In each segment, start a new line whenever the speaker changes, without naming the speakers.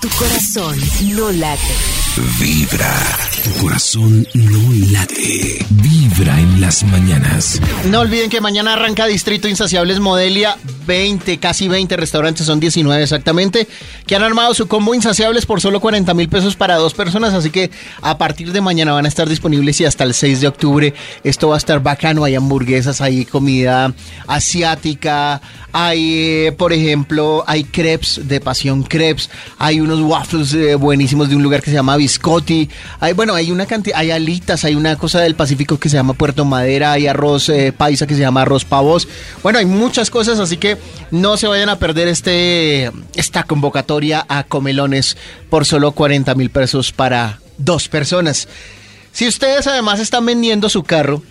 Tu corazón no late.
Vibra. Tu corazón no late. Vibra en las mañanas.
No olviden que mañana arranca Distrito Insaciables Modelia, 20, casi 20 restaurantes, son 19 exactamente, que han armado su combo Insaciables por solo 40 mil pesos para dos personas, así que a partir de mañana van a estar disponibles y hasta el 6 de octubre esto va a estar bacano, hay hamburguesas, hay comida asiática, hay, eh, por ejemplo, hay crepes de pasión crepes, hay unos waffles eh, buenísimos de un lugar que se llama Biscotti, hay, bueno, hay una cantidad, hay alitas, hay una cosa del Pacífico que se llama Puerto Madera, hay arroz eh, paisa que se llama arroz pavos, bueno, hay muchas cosas, así que no se vayan a perder este, esta convocatoria a comelones por solo 40 mil pesos para dos personas. Si ustedes además están vendiendo su carro,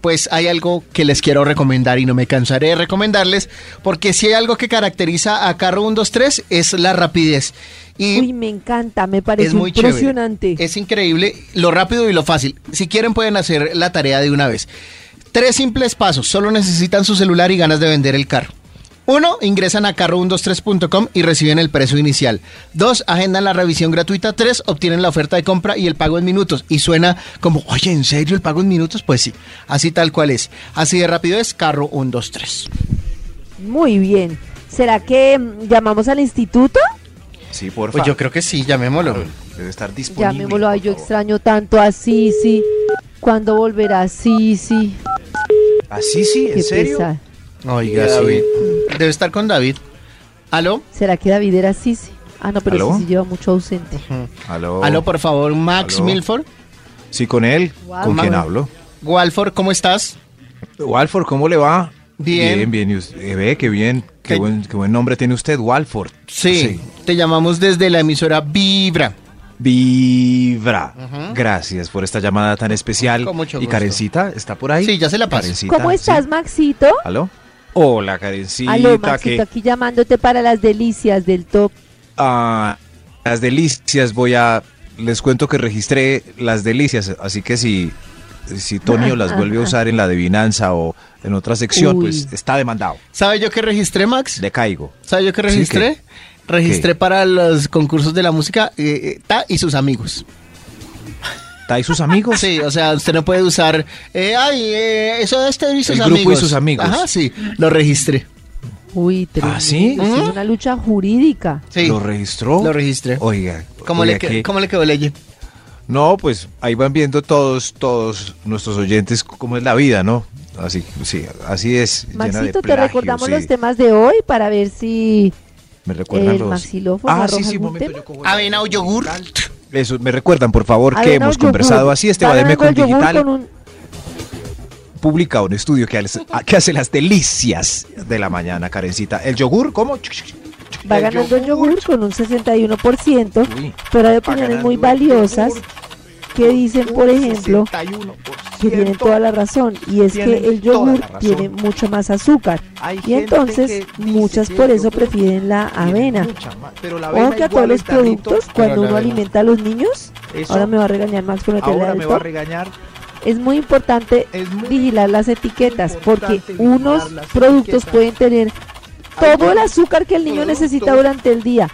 pues hay algo que les quiero recomendar y no me cansaré de recomendarles, porque si hay algo que caracteriza a Carro 123 es la rapidez. Y
Uy, me encanta, me parece
es muy
impresionante.
chévere. Es increíble lo rápido y lo fácil. Si quieren pueden hacer la tarea de una vez. Tres simples pasos, solo necesitan su celular y ganas de vender el carro. Uno, ingresan a carro123.com y reciben el precio inicial. Dos, agendan la revisión gratuita. Tres, obtienen la oferta de compra y el pago en minutos. Y suena como, oye, ¿en serio el pago en minutos? Pues sí, así tal cual es. Así de rápido es carro123.
Muy bien. ¿Será que mm, llamamos al instituto?
Sí, por
Pues yo creo que sí, llamémoslo.
Debe estar disponible.
Llamémoslo. Ay,
por
yo
favor.
extraño tanto a Sisi. ¿Cuándo volverá Sisi?
¿Así Ah, sí? ¿En
Qué
serio?
pesar.
Oiga,
Ya, David.
Debe estar con David. ¿Aló?
¿Será que David era Sisi? Ah, no, pero
¿Aló?
Sisi lleva mucho ausente.
Aló.
Aló, por favor, Max
Oh. Aló.
Milford.
Sí, con él.
Wow.
¿Con quién
Manuel.
hablo?
Walford, ¿cómo estás?
Walford, ¿cómo le va?
Bien.
Bien, bien. y usted- eh, ve, qué bien. Qué,
¿Qué-
Buen, qué buen nombre tiene usted, Walford.
Te llamamos desde la emisora Vibra.
Vibra. Gracias por esta llamada tan especial.
Con mucho
¿Y
gusto.
Karencita está por ahí?
Sí, ya se la paso.
Karencita,
¿Cómo estás,
sí.
Maxito?
¿Aló? Hola, Karencita.
Aló, Maxito,
que-
aquí llamándote para las delicias del top.
Ah, las delicias voy a les cuento que registré las delicias así que si si Tonio las vuelve a usar en la adivinanza o en otra sección
Uy.
pues está demandado
¿Sabe yo qué registré, Max?
le caigo
¿Sabe yo qué registré?
Sí,
Registré para los concursos de la música eh, eh, Ta y sus amigos.
¿Está y sus amigos
Sí, o sea, usted no puede usar. eh, ay, eh, eso de este y sus
El grupo
amigos.
y sus amigos.
Ajá, sí, lo registré.
Uy, tremendo.
¿Ah, sí?
Eso Es una lucha jurídica.
Sí.
lo registró
Lo registré.
oiga
¿Cómo,
oiga,
le, que-
que-
¿Cómo le quedó E ley?
no pues ahí van viendo todos todos nuestros oyentes cómo es la vida no así sí así es llena de
Maxito, te
plagios,
recordamos
sí.
los temas de hoy para ver si
me recuerdan
el
los
maxilófono
ah
arroja
sí sí un
algún
momento
tema.
yo cojo el-
Avena o yogur.
Eso, me recuerdan, por favor, que
Avena o
hemos
yogur.
conversado así. Este
Va
Bademecum
ganando el yogur
Digital
con un-
publica un estudio que, hace- que hace las delicias de la mañana, Karencita. ¿El yogur? ¿Cómo?
Va ganando el yogur con un 61%,
Uy,
pero hay
va
opiniones
ganando
muy
el
valiosas que dicen, por ejemplo, que tienen toda la razón, y es que
Tienen
el
toda
yogur
la razón.
tiene mucho más azúcar,
Hay
y
gente
entonces
que dice
muchas
que
por
el
eso
yogur
prefieren la avena.
Pero la
Ojo que a todos los productos, cuando
la
uno
avena.
alimenta a los niños,
Eso.
ahora me va a regañar Max por meterle
ahora
al
me va a
top,
regañar.
es muy importante
Es muy
vigilar las etiquetas porque
importante vigilar
unos
las
productos
etiquetas.
pueden tener todo el azúcar que el niño necesita durante el día,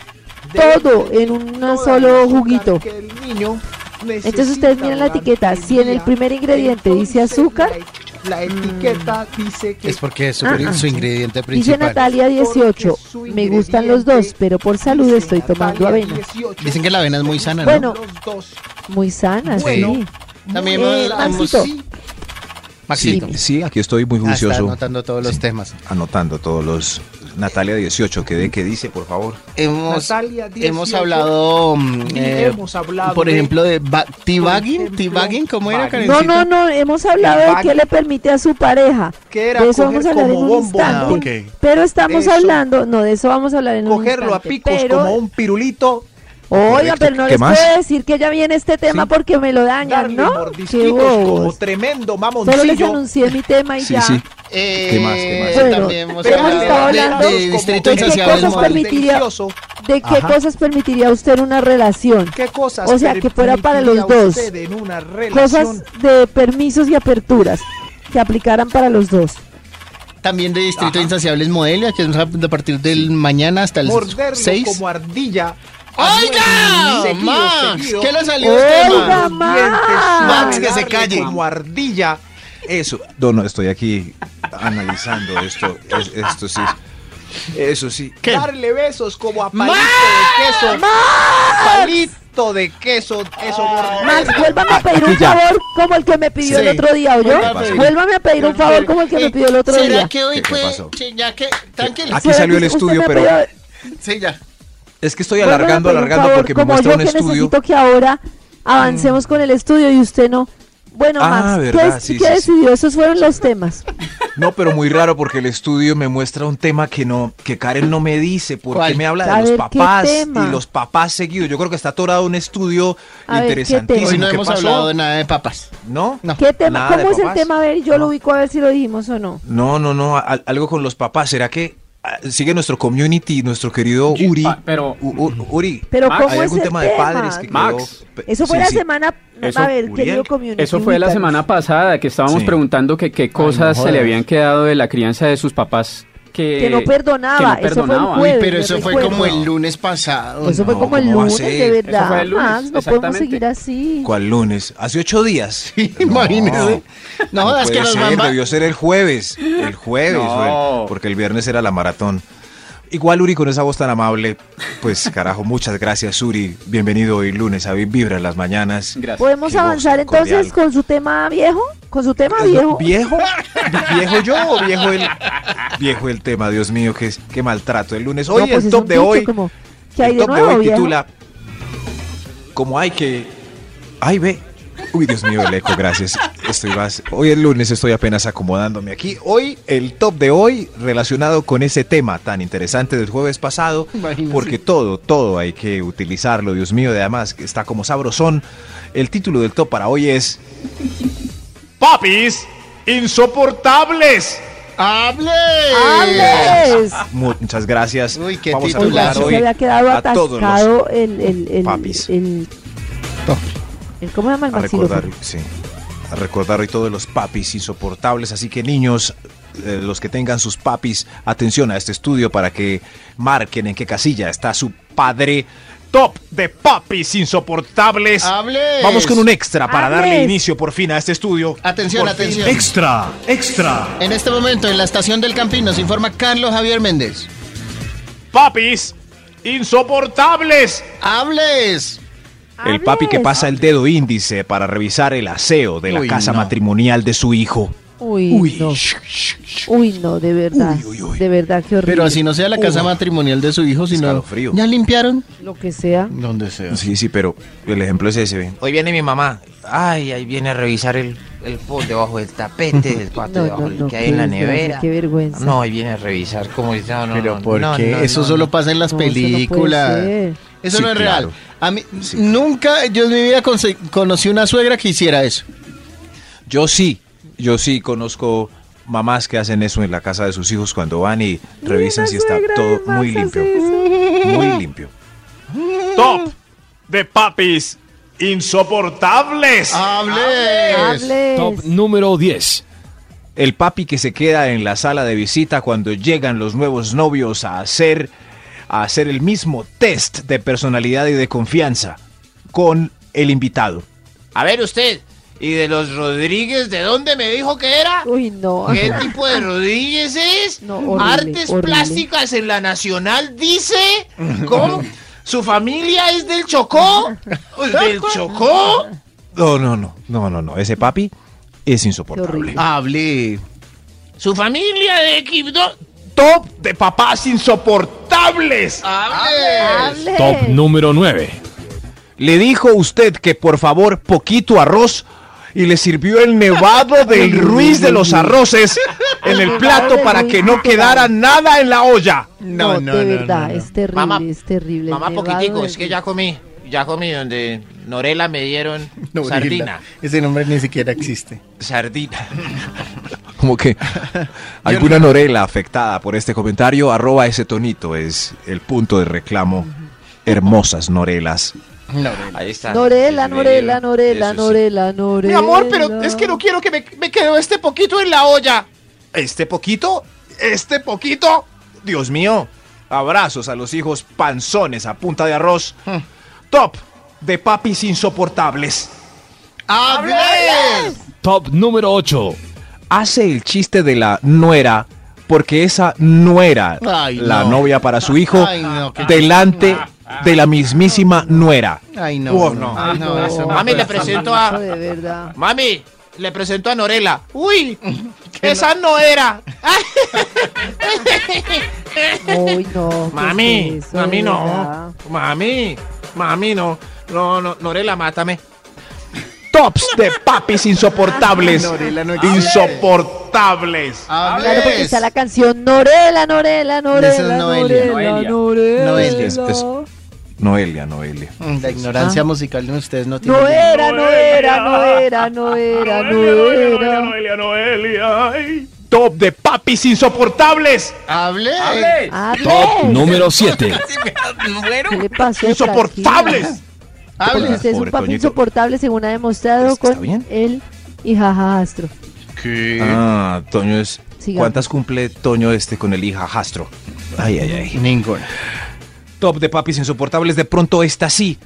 todo en un solo juguito. Entonces ustedes miran la etiqueta, si en el primer ingrediente dice azúcar,
La
Mm,
etiqueta dice que
Es porque es su,
Ah.
su ingrediente
dice
principal.
Natalia 18,
Porque su
me gustan los dos, pero por salud
dice
estoy tomando
Natalia
avena.
18.
Dicen que la avena es muy sana, ¿no?
Bueno.
Los dos.
Muy sana,
Bueno,
sí.
También
Eh,
hablamos-
Maxito.
Maxito.
Sí, aquí estoy muy
Ah, está
juicioso.
anotando todos los temas.
Anotando todos los. Natalia 18, que de que dice, por favor.
Hemos,
Natalia 18.
hemos hablado, mm,
Y
eh,
hemos hablado
por
de-
ejemplo, de ba- teabagging.
ejemplo,
¿Teabagging? ¿Cómo era,
bagging.
Karencita?
No, no, no, hemos hablado de qué le permite a su pareja.
¿Qué era
de eso
coger
vamos a hablar en
como
un
bombo?
instante.
Ah, ok.
Pero estamos
Eso.
hablando, no, de eso vamos a hablar en un
Cogerlo a
instante.
picos
pero,
como un pirulito.
Oiga,
Correcto.
pero no
¿Qué
les
más?
puedo decir que ya viene este tema porque me lo dañan,
Darle
¿no? Qué
mordisquitos como
bobos.
tremendo
Solo les
mamoncillo.
anuncié mi tema y
Sí,
ya.
sí.
Eh,
¿Qué más, qué más?
Bueno,
también hemos
pero hemos
hablado
estado
de-
hablando
de,
como
Distrito
de qué
Insaciable
cosas
Modelia.
permite- permitiría-
Delicioso.
¿De qué
Ajá.
cosas permitiría usted una relación?
¿Qué cosas
O sea, que fuera para los
permitiría
dos.
usted en una relación?
Cosas de permisos y aperturas que aplicaran para los dos.
También de Distrito Insaciables Modelia, que es a partir del mañana hasta el
morderlo
6.
como ardilla. a
¡Oiga!
nueve, seguido,
Max,
seguido.
¿qué le salió a usted,
¡Oiga,
Max? Max,
Max!
que se
Darle
calle.
Como ardilla.
Eso, no, no, estoy aquí analizando esto, es- esto sí, eso sí.
¿Qué?
Darle besos como a palito de queso. Palito de queso. Eso morderlo.
Max, vuélvame a pedir un
Ah, Aquí ya.
favor como el que me pidió
Sí.
el otro día, ¿oyó?
Vuelva
a pedir.
Vuélvame a pedir un favor como el que me pidió el otro
Eh, ¿Será
día.
que hoy
¿Qué- qué
fue?
pasó?
Sí, ya que. Tranquilo.
Aquí salió el
Usted
estudio,
me
pero
pidió-
Sí, ya.
Es que estoy
Bueno,
alargando,
pero, por
alargando
favor,
porque me
como
muestra
yo
un
que
estudio. Mm.
necesito que ahora avancemos con el estudio y usted no. Bueno,
Ah,
Max, ¿qué
verdad,
es- ¿qué
sí, sí, sí.
decidió? Esos fueron los temas.
No, pero muy raro porque el estudio me muestra un tema que no, que Karen no me dice, porque
¿Cuál?
me habla
A
de los
ver, ¿qué
papás
tema?
y los papás seguidos. Yo creo que está atorado un estudio
A ver, ¿qué tema?
interesantísimo.
Hoy no
¿Qué
hemos
pasó?
hablado de nada de papas.
¿No?
No.
¿Qué tema?
Nada de
¿Cómo es el
papás.
tema? A ver, yo lo ubico a ver si lo dijimos o no.
No, no, no, al- algo con los papás. ¿Será que ah, sigue nuestro community, nuestro querido
Yo-
Uri?
pa- pero-
U- U- Uri,
Pero
Max,
¿cómo
¿hay
es
algún
el
tema de padres que
Max,
quedó-
Eso fue
Sí,
la
sí.
semana.
Eso,
a ver,
Uriel,
querido community.
Eso fue la
invítanos.
semana pasada que estábamos
Sí.
preguntando que qué cosas se
jodas.
le habían quedado de la crianza de sus papás que,
Que no perdonaba,
que no
eso fue el
perdonaba.
jueves.
Pero
me
eso fue
recuerdo.
como el lunes pasado.
Pues Eso fue
No,
como el
¿cómo va a
lunes,
ser?
de verdad.
Eso fue el lunes,
Max, no podemos
exactamente.
seguir así.
¿Cuál lunes? Hace ocho días. No.
Imagínese. No,
No
jodas que
puede
nos
ser,
van.
debió ser el jueves. El jueves,
No.
fue, porque el viernes era la maratón. Igual Uri con esa voz tan amable, pues carajo, muchas gracias Uri. Bienvenido hoy lunes a Vibra en las mañanas.
Gracias.
¿Podemos
Qué voz
avanzar
tan
entonces
cordial.
con su tema viejo? ¿Con su tema viejo?
¿Viejo? ¿Viejo yo o viejo el, viejo el tema? Dios mío, qué, qué maltrato. El lunes, hoy
No, pues
el
es
top
un
de
dicho
hoy.
como, ¿qué hay
el
de
top de
nuevo,
hoy
viejo?
titula Como hay que. Ay, ve. Uy, Dios mío, el eco, gracias. Estoy más. Hoy es lunes, estoy apenas acomodándome aquí. Hoy, el top de hoy, relacionado con ese tema tan interesante del jueves pasado,
Imagínese.
porque todo, todo hay que utilizarlo, Dios mío, además que está como sabrosón. El título del top para hoy es
Papis insoportables.
¡Hable!
¡Hables!
Muchas gracias.
Uy, qué
Vamos a
Oiga,
titular
hablar
sí
hoy
se había quedado
a todos los
atascado el, el, el,
papis.
el- el- ¿Cómo se llama el
a recordar,
maxilófono?
sí, a recordar hoy todos los papis insoportables. Así que niños, eh, los que tengan sus papis, atención a este estudio para que marquen en qué casilla está su padre.
Top de papis insoportables.
¡Hables!
Vamos con un extra para darle
Hables.
inicio por fin a este estudio.
Atención, atención.
Extra, extra.
En este momento, en la estación del Campín, nos informa Carlos Javier Méndez.
Papis insoportables.
¡Hables!
Ah,
El papi que
Hables.
pasa el dedo índice para revisar el aseo de la
Uy,
casa
no.
matrimonial de su hijo.
Uy, no. Uy, no, de verdad. De verdad, qué horrible.
Pero así no sea la casa matrimonial de su hijo, sino.
Escalofrío.
¿Ya limpiaron?
Lo que sea.
Donde sea.
Sí, sí, pero el ejemplo es ese. ¿ven?
Hoy viene mi mamá. Ay, ahí viene a revisar el, el pot debajo del tapete, el pato
No,
debajo
no,
del
no,
que hay en la
qué vergüenza,
nevera.
qué vergüenza.
No, ahí viene a revisar cómo está. No,
Pero
no,
¿por
no,
qué?
no,
eso
no,
solo
no.
pasa en las
No, eso no puede
películas.
ser.
Eso
Sí,
no es
claro.
real. A mí nunca yo en mi vida conse- conocí una suegra que hiciera eso.
Yo sí, yo sí conozco mamás que hacen eso en la casa de sus hijos cuando van y revisan
la
si está
suegra
todo
de Max
muy limpio.
hace
Muy limpio.
Top de papis insoportables.
¡Hables!
Hables.
Top número 10.
El papi que se queda en la sala de visita cuando llegan los nuevos novios a hacer, a hacer el mismo test de personalidad y de confianza con el invitado.
A ver usted, ¿y de los Rodríguez de dónde me dijo que era?
Uy, no.
¿Qué tipo de Rodríguez es?
No, horrible,
Artes
horrible.
plásticas en la Nacional dice. ¿Cómo? ¿Su familia es del Chocó?
Pues
¿Del Chocó?
No, no, no, no, no, no. Ese papi es
horrible.
insoportable.
¡Hable!
¿Su familia de Equibdo?
Top de papás insoportables.
Ah.
Hables.
Top número 9.
Le dijo usted que por favor poquito arroz y le sirvió el nevado del Ruiz de los arroces en el plato para que no quedara nada en la olla.
No, de verdad, es terrible,
Mamá-
es terrible.
Mamá
Nevado
poquitico,
del-
es que ya comí. Ya comí donde Norela me dieron
No,
sardina.
Ese nombre ni siquiera existe.
Sardina.
Como que alguna Norela afectada por este comentario, arroba ese tonito es el punto de reclamo. Hermosas Norelas.
Ahí está.
Norela,
Sí,
Norela, Norela,
eso sí.
Norela, Norela.
Mi amor, pero es que no quiero que me, me quedó este poquito en la olla.
este poquito, este poquito. Dios mío. Abrazos a los hijos panzones a punta de arroz.
Hmm.
Top de papis insoportables.
¡Hables!
Top número 8.
Hace el chiste de la nuera porque esa nuera,
Ay,
la
no.
novia para su hijo,
Ay, no, qué-
delante de la mismísima nuera.
Ay, no.
Uf, no.
Ay, no,
Ah,
eso no
Mami,
puede
le
ser.
presento a.
De verdad.
Mami, le presento a Norela. ¡Uy! Esa no era.
Uy, no. ¿qué
Mami,
es eso,
mami
de
no.
verdad?
Mami, mami no. No, no, Norela, mátame.
Tops de papis insoportables.
Norela no existe.
Insoportables.
Claro, porque
Pues.
¡Hables!
está la canción Norela, Norela, Norela.
Esa es Noelia.
Norela,
Noelia.
Norela.
Noelia,
es- es- Noelia, Noelia.
La ignorancia musical de ustedes no tiene.
Ah. No era, no era, no era, no era, no era.
Noelia, Noelia, Noelia. ay. Top de papis insoportables.
¡Hables!
Top
¡Hable!
número 7.
¿Qué le pasó?
Insoportables.
¡Hables!
Porque usted es un
Pobre
papi
Toñito.
insoportable según ha demostrado
¿Está
con
bien?
él y jajajastro.
Ah, Toño es.
Sigamos.
¿Cuántas cumple Toño este con el hijastro? Ay, ay, ay.
Ninguna.
Top de papis insoportables, de pronto esta sí.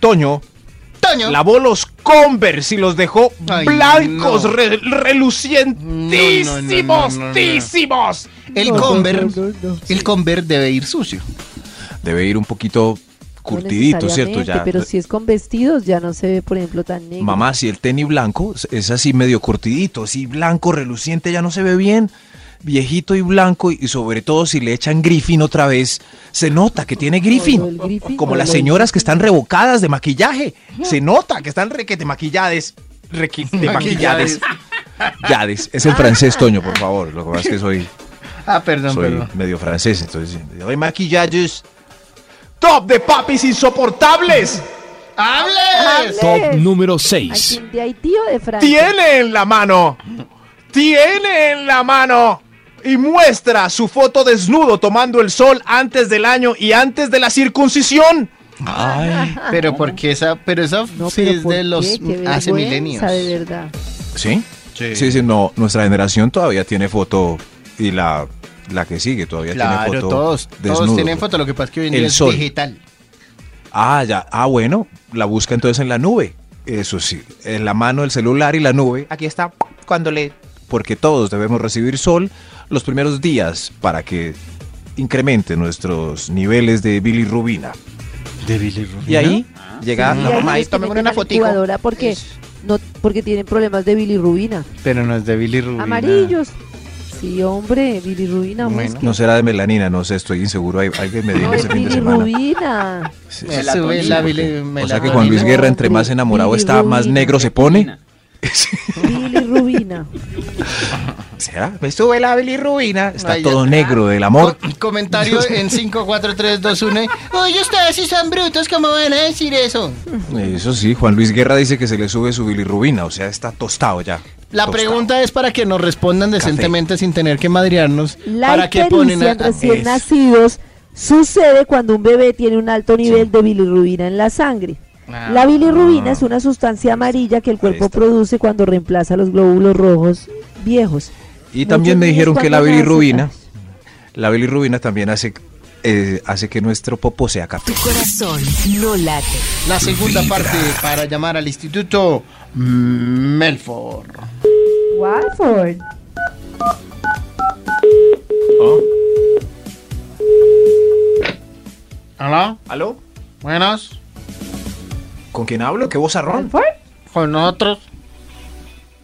Toño
Toño.
lavó los Converse y los dejó
Ay,
blancos,
no.
re- relucientísimos,
No, no, no, no, no, no.
tísimos.
El Conver. El Conver debe ir sucio.
Debe ir un poquito
No
curtidito, ¿cierto?
necesariamente,
Ya.
Pero si es con vestidos, ya no se ve, por ejemplo, tan negro.
Mamá, si el tenis blanco es así medio curtidito, así blanco, reluciente, ya no se ve bien. Viejito y blanco, y sobre todo si le echan Griffin otra vez, se nota que tiene
Todo el
Griffin.
Griffin,
Como
todo
las
el
señoras que están revocadas de maquillaje. Se nota que están requete maquillades. Requete maquillades. Yades. Es el francés, Toño, por favor. Lo que pasa es que soy,
Ah, perdón,
soy
perdón.
medio francés, entonces. Soy maquillajes.
Top de papis insoportables.
¡Hables!
Top número
Aquí
6.
de Haití o de Francia.
Tiene en la mano. Tiene en la mano.
y muestra su foto desnudo tomando el sol antes del año y antes de la circuncisión.
Pero porque esa, pero esa
Ah, No,
sí
pero
es
¿por
de
qué?
los
Qué
hace
vergüenza,
milenios.
de verdad.
¿Sí? Sí, sí, no, nuestra generación todavía tiene foto y la, la que sigue todavía tiene
Claro,
foto.
todos, todos
desnudo.
tienen foto, lo que pasa es que hoy en
El
día es
sol.
digital.
Ah, ya, ah, bueno, la busca entonces en la nube. Eso sí, en la mano, el celular y la nube.
Aquí está. Cuando le.
porque todos debemos recibir sol los primeros días para que incremente nuestros niveles de bilirrubina. ¿De bilirrubina? Y ahí
Ah,
llega
Y
la
hay
mamá
unos
y
que
tome
meten
una
a la
fotico.
incubadora porque, no, porque tienen problemas de bilirrubina.
Pero no es de Billy Rubin.
Amarillos. Sí, hombre, bilirrubina.
Bueno.
busque.
No será de melanina, no sé, estoy inseguro. Hay, alguien me dijo
No,
ese
es
fin de semana.
bilirrubina.
Sí,
Me
sí,
la sube
sí,
la
porque-
bili-
O sea que
melatonina.
Juan Luis Guerra, entre más
Hombre,
enamorado está, más
bilirrubina.
negro se pone.
bilirrubina.
¿Será? Me sube la bilirrubina. Está
Ay, ya
todo
está.
negro del amor.
Comentario en 54321. Oye, ustedes sí son brutos, ¿cómo van a decir eso?
Eso sí, Juan Luis Guerra dice que se le sube su bilirrubina, o sea, está tostado ya.
La
Tostado.
pregunta es para que nos respondan decentemente sin tener que madrearnos.
La
¿Para qué ponen a-
ictericia en recién
es-
nacidos sucede cuando un bebé tiene un alto nivel de bilirrubina en la sangre. La bilirrubina es una sustancia amarilla que el cuerpo
Ah. está.
produce cuando reemplaza los glóbulos rojos viejos.
Y también
Muchos
me
niños
dijeron que la
cuando nacen-
bilirrubina, la bilirrubina también hace, eh, hace que nuestro popo sea café.
Tu corazón no late.
La segunda parte para llamar al Instituto Melford.
Watford.
¿Aló?
¿Aló?
Buenas.
¿Con quién hablo? ¿Qué vozarrón?
Con nosotros.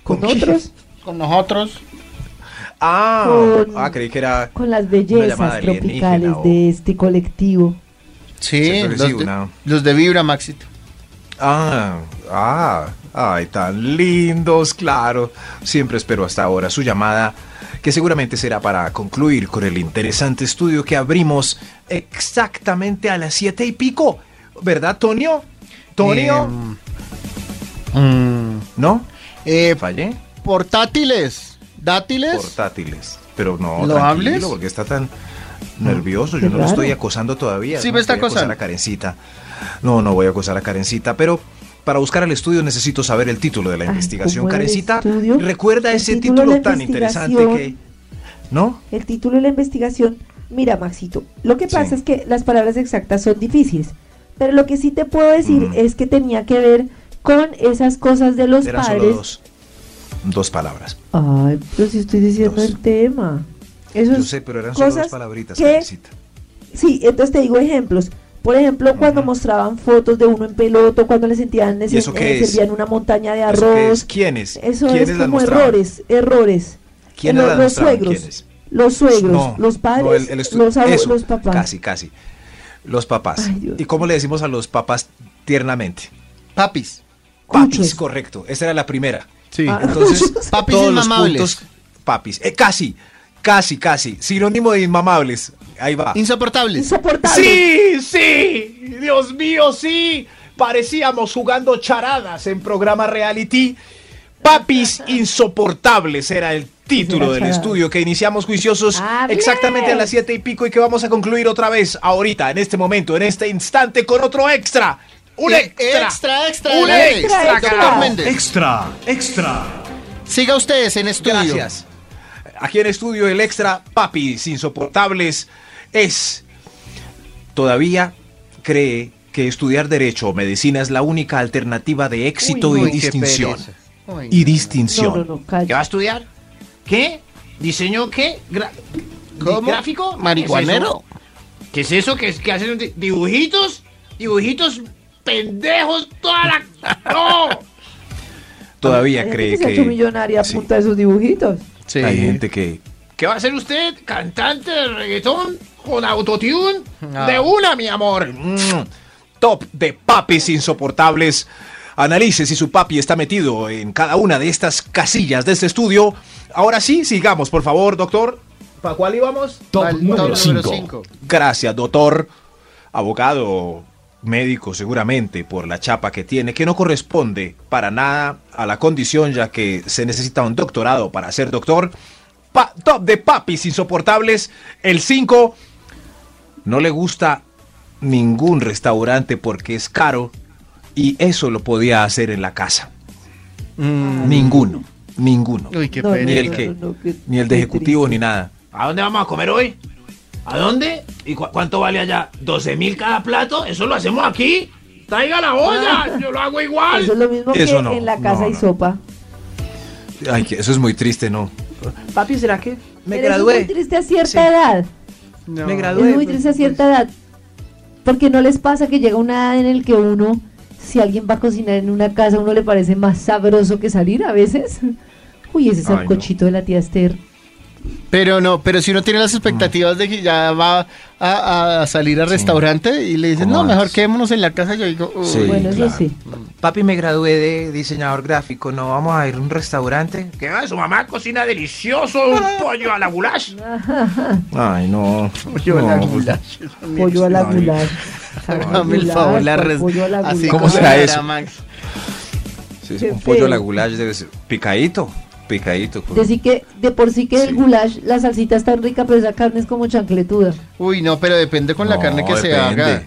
¿Con
Otros
Con nosotros.
Ah,
Con-
ah, creí que era...
con las
llamada
bellezas
alienígena oh.
tropicales
o-
de este colectivo.
Sí,
Siento que
los,
sí,
de,
una-
los de Vibra, Maxito.
Ah, ah, ay, tan lindos, claro. Siempre espero hasta ahora su llamada, que seguramente será para concluir con el interesante estudio que abrimos exactamente a las siete y pico. ¿Verdad, Tonio? ¿Tonio? ¿No?
Eh,
¿Fallé?
portátiles. ¿Dátiles?
portátiles. Pero no,
¿Lo
tranquilo,
hables?
porque está tan nervioso.
Ah, Qué
Yo no lo
raro.
estoy acosando todavía.
Sí
no
me está
voy a acosar
acosando.
a Karencita. No, no voy a acosar a Karencita, pero para buscar el estudio necesito saber el título de la
Ay,
investigación.
¿cómo era el
Karencita,
estudio?
recuerda
El
ese
título de
título
la
tan interesante que
investigación
¿No?
El título de la investigación, mira Maxito, lo que pasa
Sí.
es que las palabras exactas son difíciles, pero lo que sí te puedo decir
Mm.
es que tenía que ver con esas cosas de los
Eran solo
padres.
dos. Dos palabras.
Ay, pero si estoy diciendo el tema. Eso
Yo
es
sé, pero eran solo dos
cosas
palabritas,
que-
Karencita.
Sí, entonces te digo ejemplos. Por ejemplo, cuando mostraban fotos de uno en peloto, cuando le sentían
¿Y eso qué es?
servían una montaña de
¿Eso qué es?
arroz.
¿Quiénes?
Eso
¿Quiénes
es
las
como
mostraban?
errores, errores.
¿Quiénes
Eh,
las
los, los
mostraban?
suegros,
¿Quiénes?
los suegros,
No,
los padres,
no, el- el estu-
los, abuelos,
eso,
los papás.
Casi, casi. Los papás.
Ay, Dios.
¿Y cómo le decimos a los papás tiernamente?
Papis.
Papis,
Cuchos.
correcto. Esa era la primera.
Sí.
Ah.
Entonces,
Papis
todos los
inmamables.
puntos, papis. Eh, casi, casi, casi. Sinónimo de inmamables. Ahí va.
Insoportables.
Insoportable.
Sí, sí, Dios mío, sí. Parecíamos jugando charadas en programa reality. Papis insoportables era el
título del estudio que iniciamos juiciosos
Ah, bien.
exactamente a las siete y pico y que vamos a concluir otra vez ahorita, en este momento, en este instante con otro extra. Un
Eh,
extra.
extra, extra,
Un
adelante.
extra,
Doctor
carajo.
Méndez.
Extra, extra.
Siga ustedes en estudio.
Gracias. Aquí en estudio el extra Papis Insoportables es todavía cree que estudiar derecho o medicina es la única alternativa de éxito
Uy,
y
no, qué
distinción.
pereza. Uy,
Y
no, no,
distinción.
No, no, no, calla.
¿Qué va a estudiar? ¿Qué? ¿Diseño qué? Gra-
¿Cómo?
¿Gráfico?
Marihuanero.
¿Qué es eso? ¿Qué, es, que hacen di- dibujitos? ¿Dibujitos pendejos? Toda la... ¡No!
Todavía
Hay gente
cree
que se ha hecho
que
millonaria a
sí.
punta de esos dibujitos.
Sí.
hay gente que
¿Qué va a ser usted? ¿Cantante de reggaetón? ¿Con autotune?
Ah.
De una, mi amor.
Mm, Top de papis insoportables. Analice si su papi está metido en cada una de estas casillas de este estudio. Ahora sí, sigamos, por favor, doctor.
¿Para cuál íbamos?
Top
Al-
número
top
5.
Gracias, doctor. Abogado, médico seguramente por la chapa que tiene, que no corresponde para nada a la condición ya que se necesita un doctorado para ser doctor. Pa- top de papis insoportables, el 5. No le gusta ningún restaurante porque es caro y eso lo podía hacer en la casa. Ninguno, ninguno.
Uy, qué
No, no,
pena.
Ni el que, ni el de
qué
ejecutivo, ni
triste.
nada.
¿A dónde vamos a comer hoy? ¿A dónde? ¿Y cu- cuánto vale allá? ¿12 mil cada plato? ¿Eso lo hacemos aquí? ¡Traiga la olla! ¡Yo lo hago
Eso es
igual!
lo mismo
Eso
que
no,
en la
no,
casa y
no.
sopa.
Ay, que eso es muy triste, ¿no?
Papi, ¿será que me
Pero eso Es muy
gradué?
triste a cierta
Sí.
edad.
Me gradué. pues,
Es muy triste a cierta edad. Porque no les pasa que llega una edad en el que uno, si alguien va a cocinar en una casa, uno le parece más sabroso que salir a veces. Uy, ese
no.
sancochito de la tía Esther.
Pero no, pero si uno tiene las expectativas de que ya va a, a salir al restaurante y le dicen,
¿Cómo
no, mejor
vas?
quedémonos en la casa, yo digo, uy,
Sí.
bueno,
claro.
eso sí.
Papi, me gradué de diseñador gráfico. No vamos a ir a un restaurante.
¿Qué va? Su mamá cocina delicioso un pollo a la goulash.
Ay, no.
yo la
No, pues,
gula.
Pollo a la
Ay.
gular.
Dame el favor, la res-
pues, Pollo a la
así
gular.
¿Cómo
como
será
era,
eso?
Max.
sí,
Qué
un pollo a la
feo.
goulash debe ser picadito, picadito. con-
Decir que de por sí que
Sí.
el goulash, la salsita está rica, pero esa carne es como chancletuda.
Uy, no, pero depende con la
No,
carne que se
depende.
haga.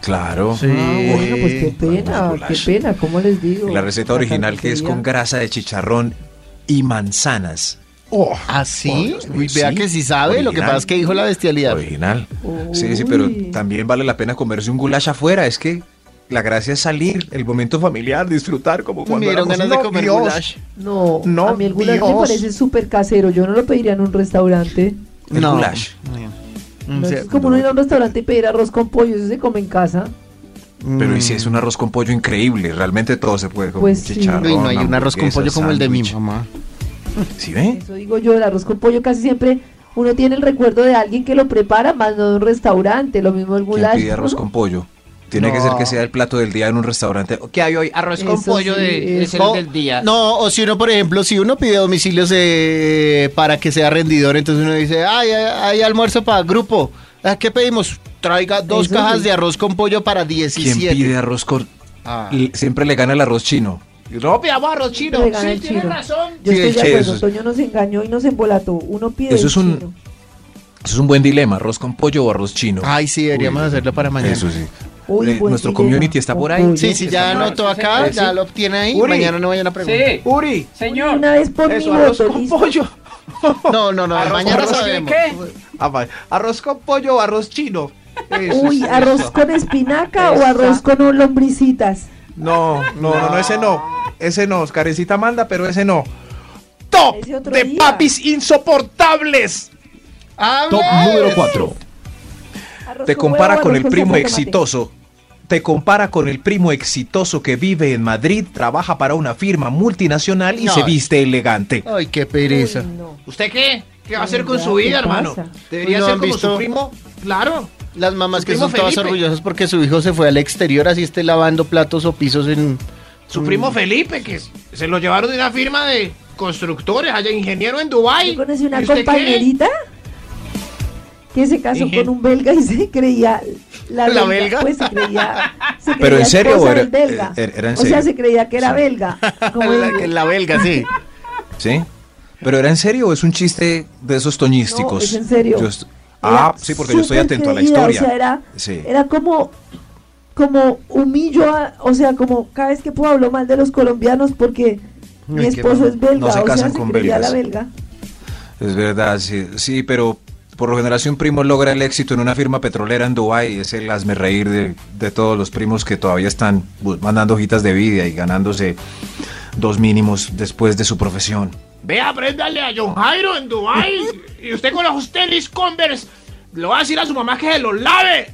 Claro.
Ah, bueno, pues qué
Bueno,
pena, qué
goulash.
pena, ¿cómo les digo?
La receta original que es
carnicería.
con grasa de chicharrón y manzanas. Oh, Oh,
Así,
Dios mío,
¿Ah, uy, vea
sí.
que sí sabe, lo que
Original.
pasa es que dijo la bestialidad.
original. Sí, sí, pero
Uy.
también vale la pena comerse un goulash afuera. Es que la gracia es salir, el momento familiar, disfrutar como cuando
me dieron
éramos
ganas de comer
novios.
goulash.
No,
No,
a mí el goulash me
Dios.
parece súper casero. Yo no lo pediría en un restaurante.
El goulash.
No,
Mm,
O sea,
es como uno ir a un restaurante y pedir arroz con pollo. Eso se come en casa.
Pero y si es un arroz con pollo increíble, realmente todo se puede comer.
Pues sí.
chicharrón,
Uy, no hay un arroz con
hamburguesa,
pollo como el de mi
sándwich.
mamá.
¿Sí ve?
Eso digo yo. El arroz con pollo casi siempre uno tiene el recuerdo de alguien que lo prepara, más no de un restaurante. Lo mismo el
¿Quién
goulash.
pide arroz con pollo? Tiene que ser que sea el plato del día en un restaurante. ¿Qué hay hoy? Arroz.
Arroz con
Eso
pollo
sí,
de, es
eso.
el
O-
del día.
No, o si uno, por ejemplo, si uno pide domicilios eh, para que sea rendidor, entonces uno dice, ay, hay, hay almuerzo para grupo. Ah, ¿Qué pedimos? Traiga dos
Eso
cajas
sí.
de arroz con pollo para 17.
¿Quién pide arroz con...?
Ah.
L- Siempre le gana el arroz chino.
No, mi amor, arroz chino.
Siempre gana
Sí,
el
tiene
chino.
razón.
Yo
Sí,
estoy de
che,
acuerdo.
eso es-
Toño nos engañó y nos embolató. Uno pide.
Eso
el
es un-
chino.
Eso es un buen dilema, arroz con pollo o arroz chino.
Ay, sí, deberíamos
Uy,
hacerlo para mañana.
Eso sí.
Uy,
Eh,
buen
nuestro
dilema.
community está por ahí.
Con pollo.
Sí, sí, ya anotó acá, ya lo obtiene ahí.
Uri.
Mañana no vayan a preguntar.
Sí,
Uri,
señor.
Una vez por mi
eso, arroz
voto,
con
listo.
pollo.
No, no, no.
Arroz-
mañana
arroz-
sabemos.
¿qué? Apa- Ah, Arroz con pollo o arroz chino. Eso
Uy,
es
arroz
eso.
con espinaca o arroz con un- lombricitas.
No, no, no, no, ese no. Ese no, Oscarecita manda, pero ese no. Top
Ese otro
de
día.
papis insoportables.
Top número 4.
Arroz
Te compara
Pues huevo,
con
arroz
el primo
salsa de tomate.
exitoso. Te compara con el primo exitoso que vive en Madrid, trabaja para una firma multinacional y
No.
se viste elegante.
Ay, qué pereza.
Uy, no.
¿Usted qué? ¿Qué va a hacer
Ay,
con
ya,
su vida,
¿qué
hermano?
pasa?
¿Debería
Uy, ¿no
ser
han
como
visto?
su primo? Claro.
Las mamás
Su
que
primo
son todas
Felipe.
orgullosas porque su hijo se fue al exterior, así esté lavando platos o pisos en.
Su primo Felipe, que se lo llevaron de una firma de constructores, allá ingeniero en Dubái.
Yo conocí una
¿Y usted qué?
compañerita que se casó
Dije-
con un belga y se creía la,
¿La belga?
belga. Pues se creía. se
¿Pero
creía
en serio
esposa
o era-
del belga.
era- era en
O sea,
serio?
se creía que era
Sí.
belga. como
la,
él.
la belga, sí.
¿Sí? ¿Pero era en serio o es un chiste de esos toñísticos?
No, es en serio.
Yo est-
Era
ah, sí, porque yo estoy
súper
atento a la
creída,
historia.
O sea, era,
Sí.
era como, como humillo, a- o sea, como cada vez que puedo hablo mal de los colombianos porque mi
qué
esposo
mal.
es belga.
No se
o sea,
casan
se
con
creía
belgas.
la belga.
Es verdad, sí, sí, pero por lo general si un primo logra el éxito en una firma petrolera en Dubái, es el hazme reír de, de todos los primos que todavía están bu- mandando hojitas de vida y ganándose dos mínimos después de su profesión.
Ve, apréndale a John Jairo en Dubái. y usted con los tenis Converse. Le va a decir a su mamá que se los lave.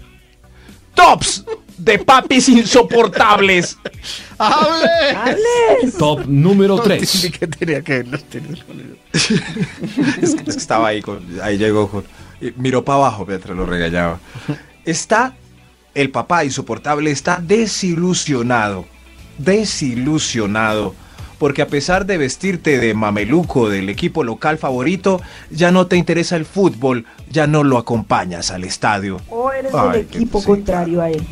Tops de papis insoportables.
¡Hable!
¡Hables!
Top número 3.
Entendí que tenía que ver los tenis con eso.
Es que, es que estaba ahí, con- ahí llegó, con- y miró para abajo mientras lo regañaba. Está el papá insoportable, está desilusionado, desilusionado, porque a pesar de vestirte de mameluco del equipo local favorito, ya no te interesa el fútbol, ya no lo acompañas al estadio.
O eres
Ay,
del equipo
sí,
contrario a él.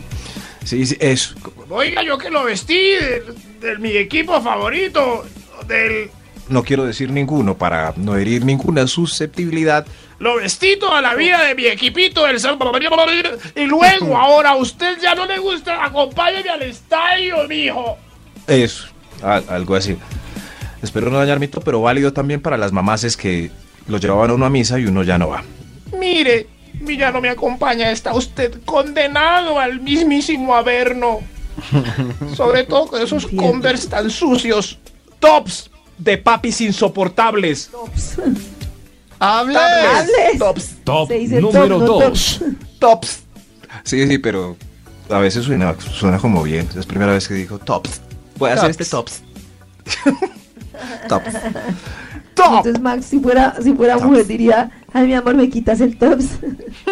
Sí, sí, eso.
Oiga, yo que lo vestí de, de mi equipo favorito. Del,
No quiero decir ninguno para no herir ninguna susceptibilidad.
lo vestí toda la vida de mi equipito del San- Y luego, ahora a usted ya no le gusta. Acompáñeme al estadio, mijo.
Eso, a- algo así. Espero no dañar mi top, pero válido también para las mamases que lo llevaban a uno a misa y uno ya no va.
Mire, mi ya no me acompaña, está usted condenado al mismísimo averno. Sobre todo con esos
Entiendo.
Converse tan sucios.
Tops de papis insoportables.
¡Hable!
¡Hables!
Top
Se dice
número
top, no
2.
top.
Tops.
Sí, sí, pero a veces suena, suena como bien. Es la primera vez que digo tops. Voy a hacer este tops. tops.
Top.
Entonces, Max, si fuera, si fuera mujer, diría: Ay, mi amor, me quitas el tops.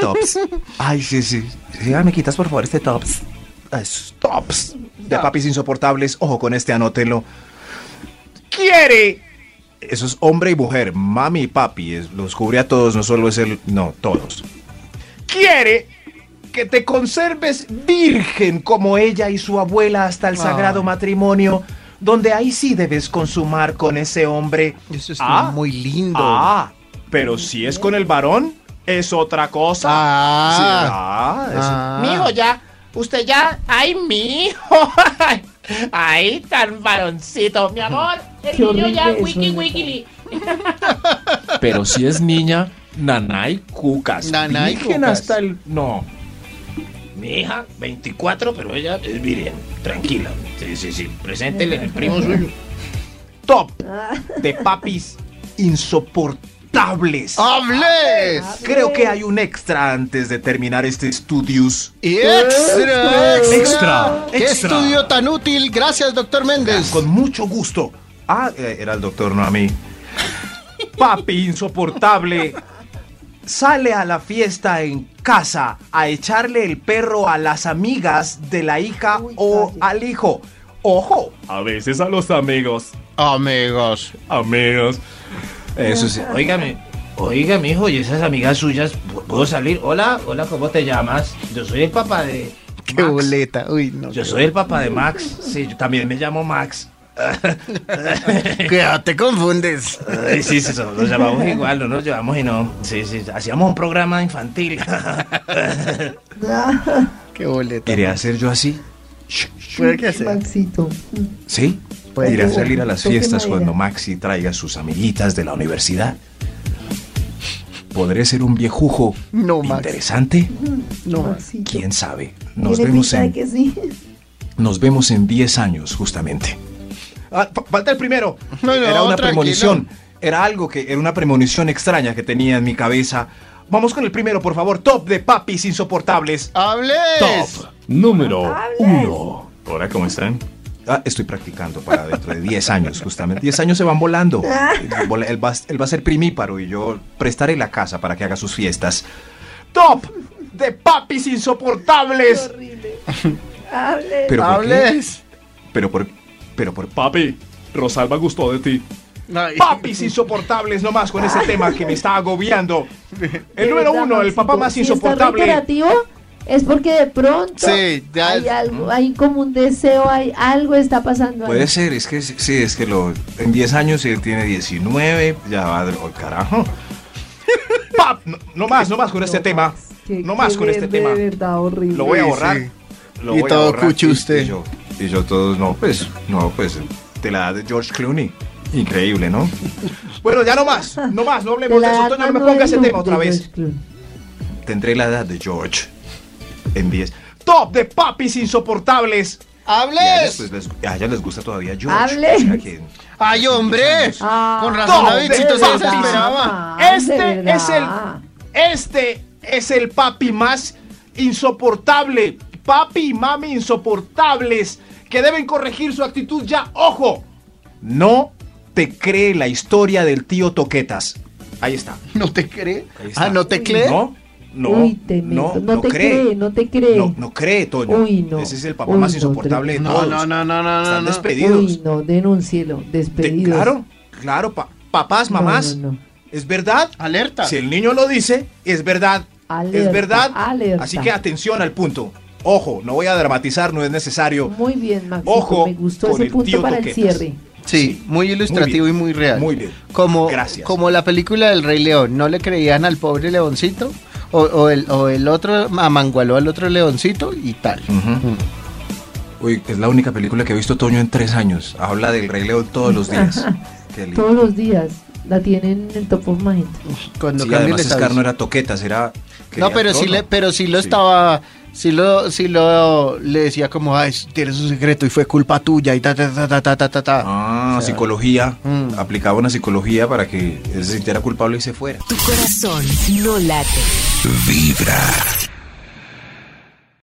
Tops. Ay, sí, sí. Sí, ay, me quitas por favor este tops. Es tops. De papis insoportables, ojo con este, anótelo.
Quiere.
Eso es hombre y mujer, mami y papi. es- los cubre a todos, no solo es el. No, todos.
quiere que te conserves virgen como ella y su abuela hasta el sagrado matrimonio, donde ahí sí debes consumar con ese hombre.
Eso está
Ah.
Pues muy lindo.
Ah, pero si es con el varón, es otra cosa. Sí,
Ah.
ah, es-
Ah.
Mijo, ya. Usted ya. ¡Ay, mijo! ¡Ay, tan varoncito! Mi amor, el
Qué
niño ya,
horrible
wiki,
eso,
wiki.
Pero si es niña, nanay cucas.
Nanay
Virgen
cucas.
hasta el... No.
Mi hija, 24, pero ella es virgen. Tranquila. Sí, sí, sí. Preséntele el primo suyo.
Top
Ah,
de papis insoportables.
Ah, ¡Hables!
Creo que hay un extra antes de terminar este estudios.
Y extra, extra.
Extra,
¡Qué
extra.
estudio tan útil! Gracias, doctor Méndez.
Con mucho gusto. Ah, eh, era el doctor, no a mí.
Papi insoportable sale a la fiesta en casa a echarle el perro a las amigas de la hija
Uy,
o
calle.
al hijo. Ojo,
A veces a los amigos.
Amigos.
Amigos.
Eso sí.
Óigame, oiga, mijo, y esas amigas suyas, ¿pu- ¿puedo salir? Hola, hola, ¿cómo te llamas? Yo soy el papá de.
¡Qué
Max.
boleta! Uy, no.
Yo soy el papá de Max. Sí, yo también me llamo Max.
Cuidado, te confundes.
Ay, sí, sí, so- nos llamamos igual, no nos llevamos y no. Sí, sí, hacíamos un programa infantil.
pues.
¡Qué boleta!
¿Iré a hacer yo así?
¿Puede que sea?
Maxito.
¿Sí?
Pues,
¿Iré a
yo-
salir a las
toque
fiestas
madera.
cuando Maxi traiga a sus amiguitas de la universidad? ¿Podré ser un viejujo
No, Max.
interesante?
No.
¿Quién sabe? Nos vemos en, nos vemos en 10 años, justamente.
Ah, fa- falta el primero.
era una premonición. Era algo que era una premonición extraña que tenía en mi cabeza.
Vamos con el primero, por favor. Top de papis insoportables.
¡Hables!
número
uno. Hola, ¿cómo están? Ah, estoy practicando para dentro de 10 años, justamente. 10 años se van volando.
Ah.
Vol- Él va, él va a ser primíparo y yo prestaré la casa para que haga sus fiestas.
Top de papis insoportables.
Hables.
Pero ¿por qué?
Hables.
Pero por... Pero por...
Papi, Rosalba gustó de ti.
¡Ah!
Papis insoportables nomás con ese tema que me está agobiando. El número uno, el papá más
Eh, Si está
insoportable.
reiterativo, es porque de pronto
Sí, ya
hay
es-
algo, hay como un deseo, hay algo está pasando. ahí.
Puede ser, es que sí, es que lo, en 10 años él tiene 19, ya va, oh, carajo.
Pap, no, no más, no más con este tema.
Qué-
No más
qué
con este
de-
tema.
De verdad, horrible.
Lo voy a
Sí,
borrar.
sí.
Lo
y
voy a
todo
borrar.
cucho
Y-
usted.
y yo-
Y yo todos, no, pues, no, pues, de la edad de George Clooney. Increíble, ¿no?
Bueno, ya no más, no más, no hablemos de
La
eso. Toño, no me
mano
pongas
del
ese tema
hombre,
otra vez.
Tendré la edad de George en 10.
Top de papis insoportables.
Y a ellas,
¡Hables!
pues, les, a ellas les gusta todavía George.
Hable.
O sea que-
¡Ay, hombre!
Ah,
Con razón,
no,
Davidcito
de
se
verdad.
desesperaba.
Ah,
Este es el- Este es el papi más insoportable. Papi y mami insoportables que deben corregir su actitud ya. ¡Ojo!
No te cree la historia del tío Toquetas.
Ahí está.
¿No te cree?
Ahí está.
Ah, ¿no te cree?
No, no,
¿Eh? Uy, te
no,
meto.
no
te cree.
cree.
no te cree.
No, no cree, Toño.
Uy, no.
Ese es el papá
Uy,
más
no,
insoportable de
No,
todos.
no, no, no, no, no,
Están
no.
despedidos.
Uy, no, denúncielo,
Te-
despedido.
claro, claro, pa- papás, mamás.
No, no, no.
¿Es verdad?
Alerta.
Si el niño lo dice, es verdad.
Alerta,
es verdad.
alerta.
Así que atención al punto. Ojo, no voy a dramatizar, no es necesario.
Muy bien, Max.
Ojo
me gustó
con
ese
el tío
punto para el
Toquetas.
cierre.
Sí, muy ilustrativo
muy
y muy real.
Muy bien.
Como,
Gracias.
como la película del Rey León, ¿no le creían al pobre leoncito? O, o el, o el otro amangualó al otro leoncito y tal.
Uy, es la única película que he visto Toño en tres años. Habla del Rey León todos los días. Qué lindo.
Todos los días la tienen en el top of mind.
Cuando
Sí,
cambia el
además Scar
estado.
no era toquetas, era.
No,
quería
pero sí,
trono.
le, pero sí lo
Sí.
estaba. Sí lo, sí lo le decía como, ay, tienes un secreto y fue culpa tuya y ta, ta, ta, ta, ta, ta, ta, ta.
Ah, psicología.
Mm.
Aplicaba una psicología para que él se sintiera culpable y se fuera.
Tu corazón no late.
Vibra.